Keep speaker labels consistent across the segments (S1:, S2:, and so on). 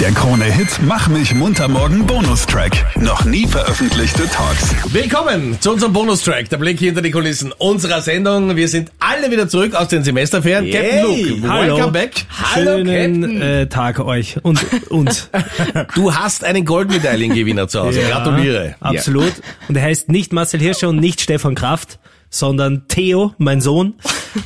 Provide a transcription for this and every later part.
S1: Der Krone-Hit Mach mich munter morgen Bonustrack. Noch nie veröffentlichte Talks.
S2: Willkommen zu unserem Bonustrack, der Blick hinter die Kulissen unserer Sendung. Wir sind alle wieder zurück aus den Semesterferien.
S3: Yay.
S2: Captain Luke,
S3: Hallo.
S2: welcome back.
S3: Schönen äh, Tag euch und uns.
S2: Du hast einen Goldmedaillengewinner zu Hause. Gratuliere.
S3: Absolut. Und er heißt nicht Marcel Hirscher und nicht Stefan Kraft, sondern Theo, mein Sohn,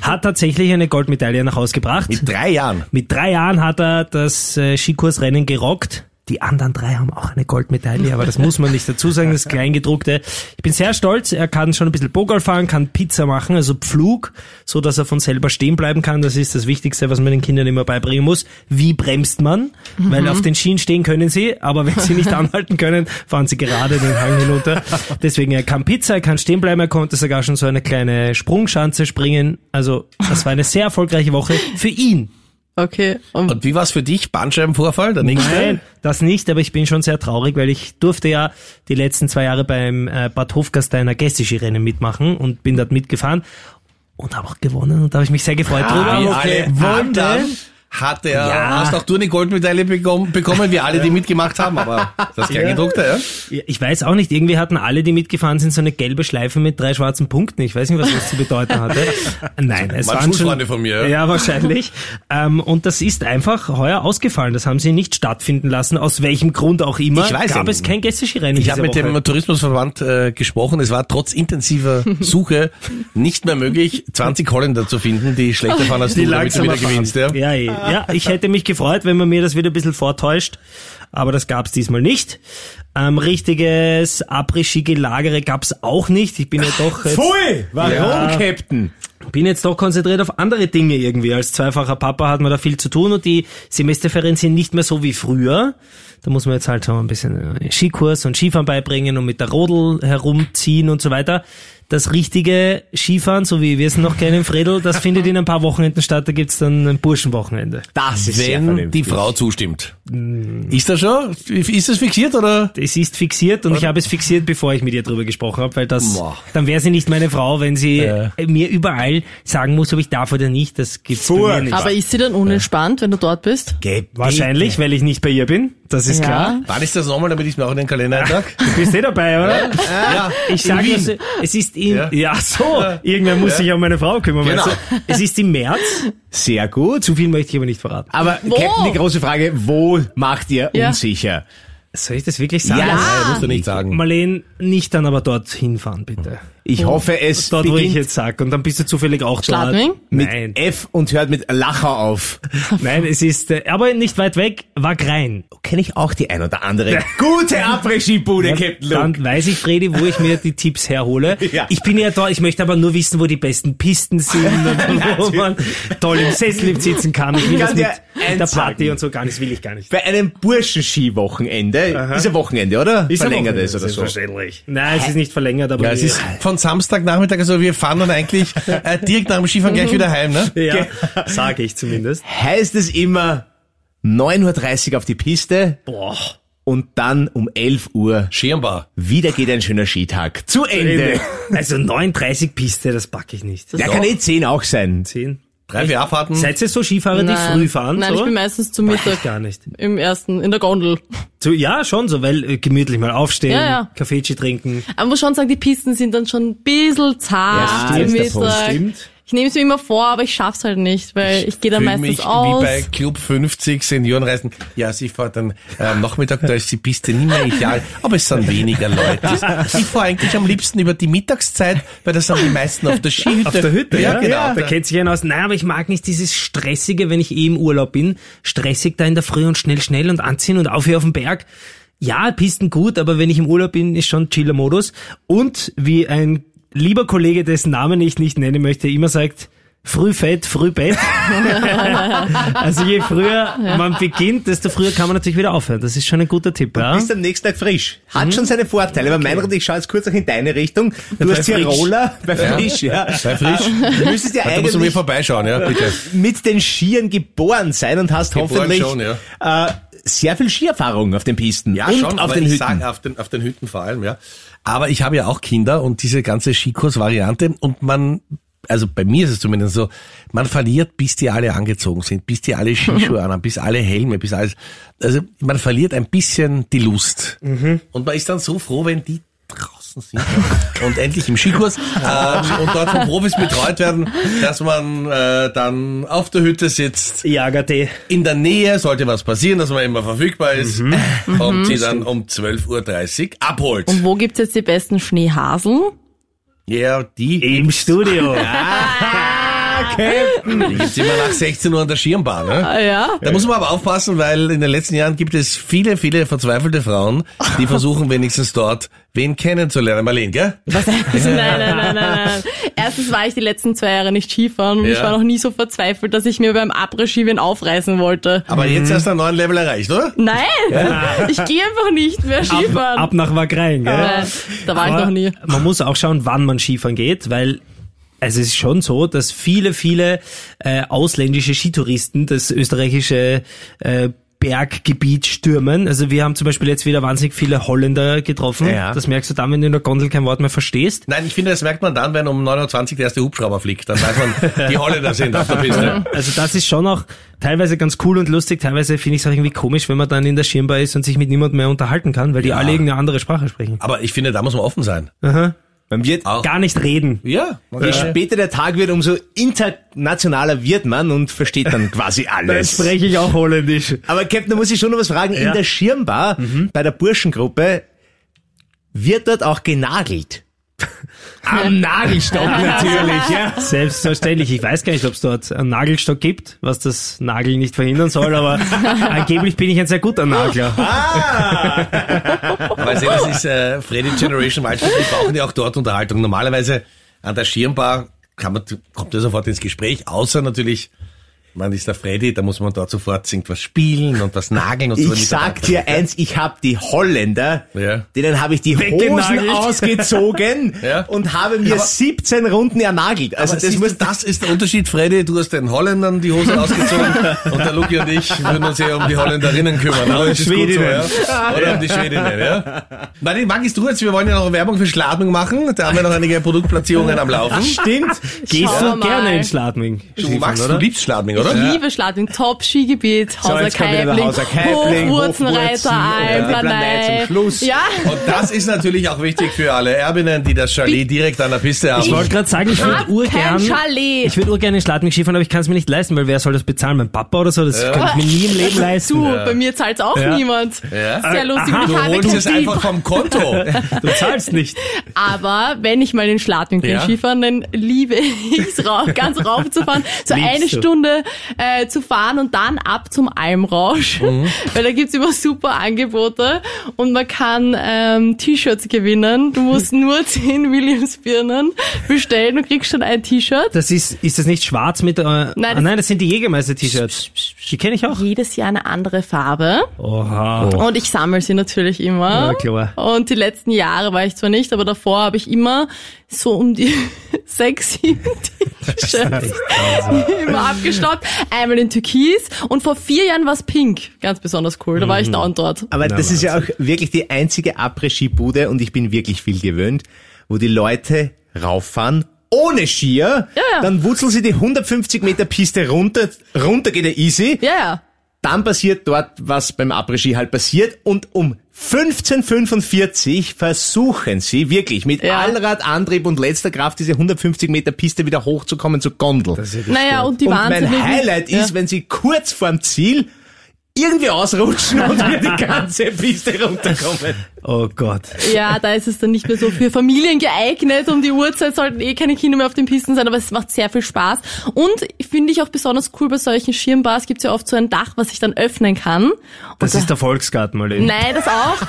S3: hat tatsächlich eine Goldmedaille nach Hause gebracht.
S2: Mit drei Jahren.
S3: Mit drei Jahren hat er das äh, Skikursrennen gerockt. Die anderen drei haben auch eine Goldmedaille, aber das muss man nicht dazu sagen, das Kleingedruckte. Ich bin sehr stolz, er kann schon ein bisschen Bogal fahren, kann Pizza machen, also Pflug, so dass er von selber stehen bleiben kann. Das ist das Wichtigste, was man den Kindern immer beibringen muss. Wie bremst man? Weil auf den Schienen stehen können sie, aber wenn sie nicht anhalten können, fahren sie gerade den Hang hinunter. Deswegen, er kann Pizza, er kann stehen bleiben, er konnte sogar schon so eine kleine Sprungschanze springen. Also, das war eine sehr erfolgreiche Woche für ihn.
S4: Okay. um- Und
S2: Und wie war's für dich? Bandscheibenvorfall? Der nächste?
S3: Nein, das nicht, aber ich bin schon sehr traurig, weil ich durfte ja die letzten zwei Jahre beim äh, Bad Hofgasteiner Gästeskirennen mitmachen und bin dort mitgefahren und habe auch gewonnen und da habe ich mich sehr gefreut
S2: Ah,
S3: drüber.
S2: alle
S3: Wollte-
S2: anderen hat er,
S3: Ja.
S2: hast auch du eine Goldmedaille bekommen, bekommen wir alle, die mitgemacht haben, aber das Kleingedruckte, ja?
S3: Ja, Ich weiß auch nicht, irgendwie hatten alle, die mitgefahren sind, so eine gelbe Schleife mit drei schwarzen Punkten. Ich weiß nicht, was das zu bedeuten hatte. Nein, es
S2: Waren
S3: waren
S2: Schulfreunde
S3: schon,
S2: von mir, ja.
S3: Ja, wahrscheinlich. ähm, und das ist einfach heuer ausgefallen. Das haben sie nicht stattfinden lassen, aus welchem Grund auch immer.
S2: Ich weiß
S3: gab
S2: ja.
S3: es kein Gästeskirennen
S2: Ich
S3: diese
S2: habe mit
S3: Woche.
S2: dem Tourismusverband äh, gesprochen. Es war trotz intensiver Suche nicht mehr möglich, 20 Holländer zu finden, die schlechter fahren als du, damit du wieder
S3: langsamer
S2: gewinnst. Ja?
S3: fahren. Ja, eh. ja, ich hätte mich gefreut, wenn man mir das wieder ein bisschen vortäuscht, aber das gab's diesmal nicht. Ähm, richtiges abrischige Lagere gab's auch nicht. Ich bin ja doch jetzt,
S5: Pfui! Warum, Captain?
S3: bin jetzt doch konzentriert auf andere Dinge irgendwie. Als zweifacher Papa hat man da viel zu tun und die Semesterferien sind nicht mehr so wie früher. Da muss man jetzt halt schon ein bisschen äh, Skikurs und Skifahren beibringen und mit der Rodel herumziehen und so weiter. Das richtige Skifahren, so wie wir es noch kennen, Fredel, das findet in ein paar Wochenenden statt. Da gibt's dann ein Burschenwochenende.
S5: Das ist sehr
S2: Wenn die
S5: vernünftig. Mm.
S2: Frau zustimmt. Ist das schon? Ist das fixiert oder?
S3: Es ist fixiert und ich habe es fixiert, bevor ich mit ihr drüber gesprochen habe, weil das,
S2: Boah.
S3: dann wäre sie nicht meine Frau, wenn sie äh, mir überall sagen muss, ob ich darf oder nicht. Das gibt's bei mir
S5: Furcht.
S3: nicht.
S4: aber ist sie dann unentspannt, wenn du dort bist?
S5: Geh
S3: Wahrscheinlich, weil ich nicht bei ihr bin. Das ist
S4: Ja.
S3: klar.
S2: Wann ist das nochmal, damit ich mir auch in den Kalender eintrag?
S3: Du bist eh dabei, oder?
S2: Ja,
S3: Ich sage, es- es ist in,
S2: Ja.
S3: ja, so, irgendwer muss sich um meine Frau kümmern.
S2: Genau.
S3: weißt du? Es ist im März,
S5: Sehr gut.
S3: zu viel möchte ich aber nicht verraten.
S5: Aber
S4: Wo?
S5: Captain, die große Frage, wo macht ihr
S4: Ja.
S5: unsicher?
S3: Soll ich das wirklich sagen?
S5: Ja.
S2: Nein, musst du nicht sagen.
S3: Marleen, nicht dann aber dorthin fahren, bitte.
S5: Ich hoffe, es
S3: Oh, Dort, wo ich
S5: beginnt
S3: jetzt sag. Und dann bist du zufällig auch
S4: Schladming?
S3: dort. Nein.
S5: mit F und hört mit Lacher auf.
S3: Nein, es ist, äh, aber nicht weit weg, war Grein.
S5: Kenne ich auch die ein oder andere. Gute Après-Ski-Bude, Captain Luke.
S3: Dann weiß ich, Fredi, wo ich mir die Tipps herhole.
S5: Ja.
S3: Ich bin ja da, ich möchte aber nur wissen, wo die besten Pisten sind und wo man toll im Sessel sitzen kann. Ich will
S5: Kann
S3: das
S5: dir
S3: mit
S5: eins
S3: der Party
S5: sagen.
S3: und so gar nicht, will ich gar nicht.
S5: Bei einem Burschen-Ski-Wochenende, ist ein Wochenende, oder?
S3: Ist ein
S5: Verlängert
S3: Wochenende,
S5: es oder so.
S3: selbstverständlich. Nein, es ist nicht verlängert, aber
S2: Ja, es ist von Samstagnachmittag, also wir fahren dann eigentlich äh, direkt nach dem Skifahren
S5: Mhm.
S2: gleich wieder heim, ne?
S3: ja, sage ich zumindest.
S5: Heißt es immer 9.30 Uhr auf die Piste
S3: Boah.
S5: und dann um 11 Uhr
S2: Schirmbar.
S5: wieder geht ein schöner Skitag. Zu Ende.
S3: Ende. Also 39 Piste, das packe ich nicht.
S5: Ja, kann eh 10 auch sein.
S3: 10.
S2: Drei Fahrfahrten.
S3: Seid ihr so Skifahrer, die früh fahren?
S4: Nein,
S3: so?
S4: ich bin meistens zum
S3: Mach ich
S4: Mittag
S3: gar nicht.
S4: im ersten, in der Gondel.
S3: So, ja, schon so, weil äh, gemütlich mal aufstehen,
S4: Ja, ja.
S3: Kaffeetee trinken.
S4: Aber muss schon sagen, die Pisten sind dann schon ein bisschen zart.
S5: Ja,
S4: im
S5: das ist der Punkt.
S4: Mittag. Ich nehme es mir immer vor, aber ich schaff's halt nicht, weil ich gehe dann
S2: fühle
S4: meistens
S2: mich
S4: aus.
S2: wie bei Club 50 Seniorenreisen. Ja, sie fährt dann äh, am Nachmittag, da ist die Piste nicht mehr ideal, aber es sind weniger Leute. Ich fahre eigentlich am liebsten über die Mittagszeit, weil da sind die meisten auf der Skihütte.
S3: Auf der Hütte, ja,
S2: genau.
S3: Da kennt sich einer aus. Nein, aber ich mag nicht dieses Stressige, wenn ich eh im Urlaub bin. Stressig da in der Früh und schnell, schnell und anziehen und auf hier auf den Berg. Ja, Pisten gut, aber wenn ich im Urlaub bin, ist schon chiller Modus. Und wie ein lieber Kollege, dessen Namen ich nicht nennen möchte, immer sagt, früh fett, früh Bett. also je früher man beginnt, desto früher kann man natürlich wieder aufhören. Das ist schon ein guter Tipp. Ja?
S5: Ist am nächsten Tag frisch. Hat schon seine Vorteile. Aber mein Rat, ich schaue jetzt kurz noch in deine Richtung. Du
S3: bei
S5: hast
S3: frisch.
S5: Tiroler bei Frisch, ja.
S2: Bei Frisch.
S5: Du müsstest ja
S2: Da musst du mir
S5: eigentlich
S2: vorbeischauen, ja, bitte.
S5: mit den Skiern geboren sein und hast
S2: Geboren
S5: hoffentlich
S2: schon,
S5: äh, sehr viel Skierfahrung auf den Pisten
S2: Ja,
S5: und
S2: schon,
S5: auf
S2: aber
S5: den
S2: ich
S5: Hütten.
S2: Sag, auf, den, auf den Hütten vor allem, ja. Aber ich habe ja auch Kinder und diese ganze Skikurs-Variante und man also bei mir ist es zumindest so, man verliert, bis die alle angezogen sind, bis die alle Skischuhe anhaben, bis alle Helme, bis alles. Also man verliert ein bisschen die Lust.
S5: Mhm.
S2: Und man ist dann so froh, wenn die draußen sind und endlich im Skikurs ähm, und dort von Profis betreut werden, dass man äh, dann auf der Hütte sitzt.
S3: Jagertee.
S2: In der Nähe sollte was passieren, dass man immer verfügbar ist und sie dann um 12.30 Uhr abholt.
S4: Und wo gibt's jetzt die besten Schneehaseln?
S2: Ja, die
S3: Im Studio.
S2: gibt's immer nach 16 Uhr an der Schirmbahn. Ne?
S4: Ah, ja.
S2: Da muss man aber aufpassen, weil in den letzten Jahren gibt es viele, viele verzweifelte Frauen, die versuchen wenigstens dort wen kennenzulernen. Marlene, gell?
S4: nein, nein, nein, nein, nein. Erstens war ich die letzten zwei Jahre nicht Skifahren und
S2: Ja.
S4: ich war noch nie so verzweifelt, dass ich mir beim Après-Ski wen aufreißen wollte.
S2: Aber jetzt hast du einen neuen Level erreicht, oder?
S4: Nein, ich gehe einfach nicht mehr Skifahren.
S3: Ab nach Wagrain, gell?
S4: Nein, Äh, da war ich
S3: Aber
S4: noch nie.
S3: Man muss auch schauen, wann man Skifahren geht, weil es ist schon so, dass viele, viele äh, ausländische Skitouristen das österreichische äh, Berggebiet stürmen. Also wir haben zum Beispiel jetzt wieder wahnsinnig viele Holländer getroffen.
S2: Ja.
S3: Das merkst du dann, wenn du in der Gondel kein Wort mehr verstehst.
S2: Nein, ich finde, das merkt man dann, wenn um 9.20 Uhr der erste Hubschrauber fliegt. Dann weiß man, die Holländer sind auf der Piste.
S3: Also das ist schon auch teilweise ganz cool und lustig. Teilweise finde ich es auch irgendwie komisch, wenn man dann in der Schirmbar ist und sich mit niemandem mehr unterhalten kann, weil die alle irgendeine andere Sprache sprechen.
S2: Aber ich finde, da muss man offen sein.
S5: Man wird,
S2: Auch.
S3: Gar nicht reden.
S2: Ja.
S5: je später der Tag wird, umso internationaler wird man und versteht dann quasi alles.
S3: ich auch Holländisch.
S5: Aber Captain, da muss ich schon noch was fragen.
S3: Ja.
S5: In der Schirmbar bei der Burschengruppe wird dort auch genagelt. Am Nagelstock natürlich, ja.
S3: Selbstverständlich. Ich weiß gar nicht, ob es dort einen Nagelstock gibt, was das Nageln nicht verhindern soll, aber angeblich bin ich ein sehr guter
S5: Ah,
S3: Nagler.
S2: Weil Sie, das ist äh, Freddy Generation Waldschmidt, die brauchen ja auch dort Unterhaltung. Normalerweise an der Schirmbar kann man, kommt ja sofort ins Gespräch, außer natürlich, man ist der Freddy, da muss man dort sofort irgendwas spielen und was nageln und so.
S5: Ich sag dir eins, ich hab die Holländer,
S2: Ja.
S5: denen habe ich die
S3: Weggenagelt.
S5: Hosen ausgezogen
S2: Ja.
S5: und habe mir 17 Runden ernagelt. Also
S2: Also
S5: das muss
S2: das ist der Unterschied, Freddy. Du hast den Holländern die Hose ausgezogen und der Luki und ich würden uns eher um die Holländerinnen kümmern.
S5: Um
S2: Aber das ist gut so,
S3: Schwedinnen.
S2: ja? Oder um die Schwedinnen, ja? Martin, magst du jetzt? Wir wollen ja noch Werbung für Schladming machen. Da haben wir noch einige Produktplatzierungen am Laufen.
S3: Stimmt. Hm? Gehst
S4: Schauen wir
S3: du
S4: mal.
S3: gerne in Schladming?
S2: Du magst, du liebst Schladming,
S4: Ich
S2: oder?
S4: liebe Schladming, top Skigebiet, Hauser
S5: jetzt kommt wieder der
S4: Keibling,
S5: Hauser Keibling, Hochwurzen,
S4: Hochwurzenreiter,
S5: und die Planei
S4: Alplanei.
S5: zum Schluss.
S4: Ja,
S2: Und das ist natürlich auch wichtig für alle Erbinnen, die das Chalet direkt an der Piste
S3: Ich
S2: haben.
S3: wollte gerade sagen, ich
S4: hab
S3: würde
S4: kein
S3: urgern,
S4: Chalet.
S3: ich würde urgern in Schladming Skifahren, aber ich kann es mir nicht leisten, weil wer soll das bezahlen? Mein Papa oder so? Das kann ich mir nie im Leben leisten.
S4: du, bei mir zahlt's auch
S3: Ja.
S4: niemand.
S2: Ja.
S4: Sehr lustig,
S3: Aha,
S4: ich
S2: Du
S4: habe
S2: holst es
S4: Kredit.
S2: einfach vom Konto.
S3: Du zahlst nicht.
S4: Aber wenn ich mal in Schladming bin,
S2: Ja.
S4: Skifahren, dann liebe ich es rauf, ganz raufzufahren, so
S3: Liebst
S4: eine
S3: du.
S4: Stunde äh, zu fahren und dann ab zum Almrausch,
S3: Mhm.
S4: weil da gibt's immer super Angebote und man kann ähm, T-Shirts gewinnen. Du musst nur 10 Williams-Birnen bestellen und kriegst schon ein T-Shirt.
S3: Das ist, ist das nicht schwarz mit, äh, nein, das,
S4: das-
S3: ah, nein, das sind die Jägermeister-T-Shirts. Die kenne ich auch.
S4: Jedes Jahr eine andere Farbe.
S3: Oha.
S4: Und ich sammle sie natürlich immer.
S3: Na klar.
S4: Und die letzten Jahre war ich zwar nicht, aber davor habe ich immer so um die sechs, sieben T-Shirts immer abgestaubt. Einmal in Türkis und vor vier Jahren war es pink. Ganz besonders cool. Da war ich dauernd dort.
S5: Aber das ist ja auch wirklich die einzige Après-Ski-Bude und ich bin wirklich viel gewöhnt, wo die Leute rauffahren ohne Skier,
S4: ja.
S5: dann wurzeln sie die 150 Meter Piste runter, runter geht er easy,
S4: Ja, ja.
S5: dann passiert dort, was beim Après-Ski halt passiert und um 15.45 versuchen sie wirklich mit
S4: Ja.
S5: Allradantrieb und letzter Kraft diese 150 Meter Piste wieder hochzukommen zur Gondel.
S4: Naja, und die
S5: und
S4: wahnsinnigen.
S5: mein Highlight
S4: ja.
S5: ist, wenn sie kurz vorm Ziel irgendwie ausrutschen und wir die ganze Piste runterkommen.
S3: Oh Gott.
S4: Ja, da ist es dann nicht mehr so für Familien geeignet. Um die Uhrzeit sollten eh keine Kinder mehr auf den Pisten sein, aber es macht sehr viel Spaß. Und finde ich auch besonders cool bei solchen Schirmbars gibt's ja oft so ein Dach, was ich dann öffnen kann.
S3: Das ist der Volksgarten, mal eben.
S4: Nein, das auch.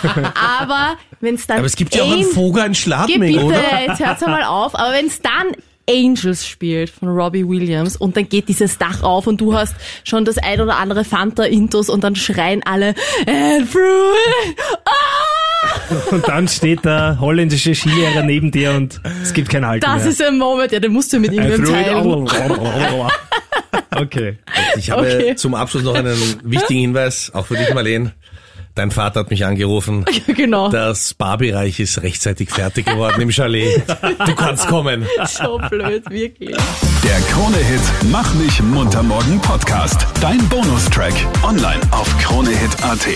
S4: Aber wenn's dann.
S2: Aber es gibt ja auch einen
S4: An-
S2: Vogel in
S4: Geh
S2: Schladming,
S4: bitte,
S2: oder?
S4: jetzt hört's einmal auf. Aber wenn's dann Angels spielt von Robbie Williams und dann geht dieses Dach auf und du hast schon das ein oder andere Fanta-Intos und dann schreien alle And through it. Ah!
S3: Und dann steht der holländische Skilehrer neben dir und es gibt kein Halten
S4: Das
S3: mehr.
S4: ist ein Moment, ja, den musst du mit irgendwem
S2: oh.
S4: teilen.
S3: Okay.
S2: Ich habe
S4: Okay.
S2: zum Abschluss noch einen wichtigen Hinweis, auch für dich, Marlene. Dein Vater hat mich angerufen.
S4: genau.
S2: Der Spa-Bereich ist rechtzeitig fertig geworden im Chalet. Du kannst kommen.
S4: So blöd, wirklich.
S1: Der Krone-Hit Mach mich munter morgen Podcast. Dein Bonustrack. Online auf kronehit.at.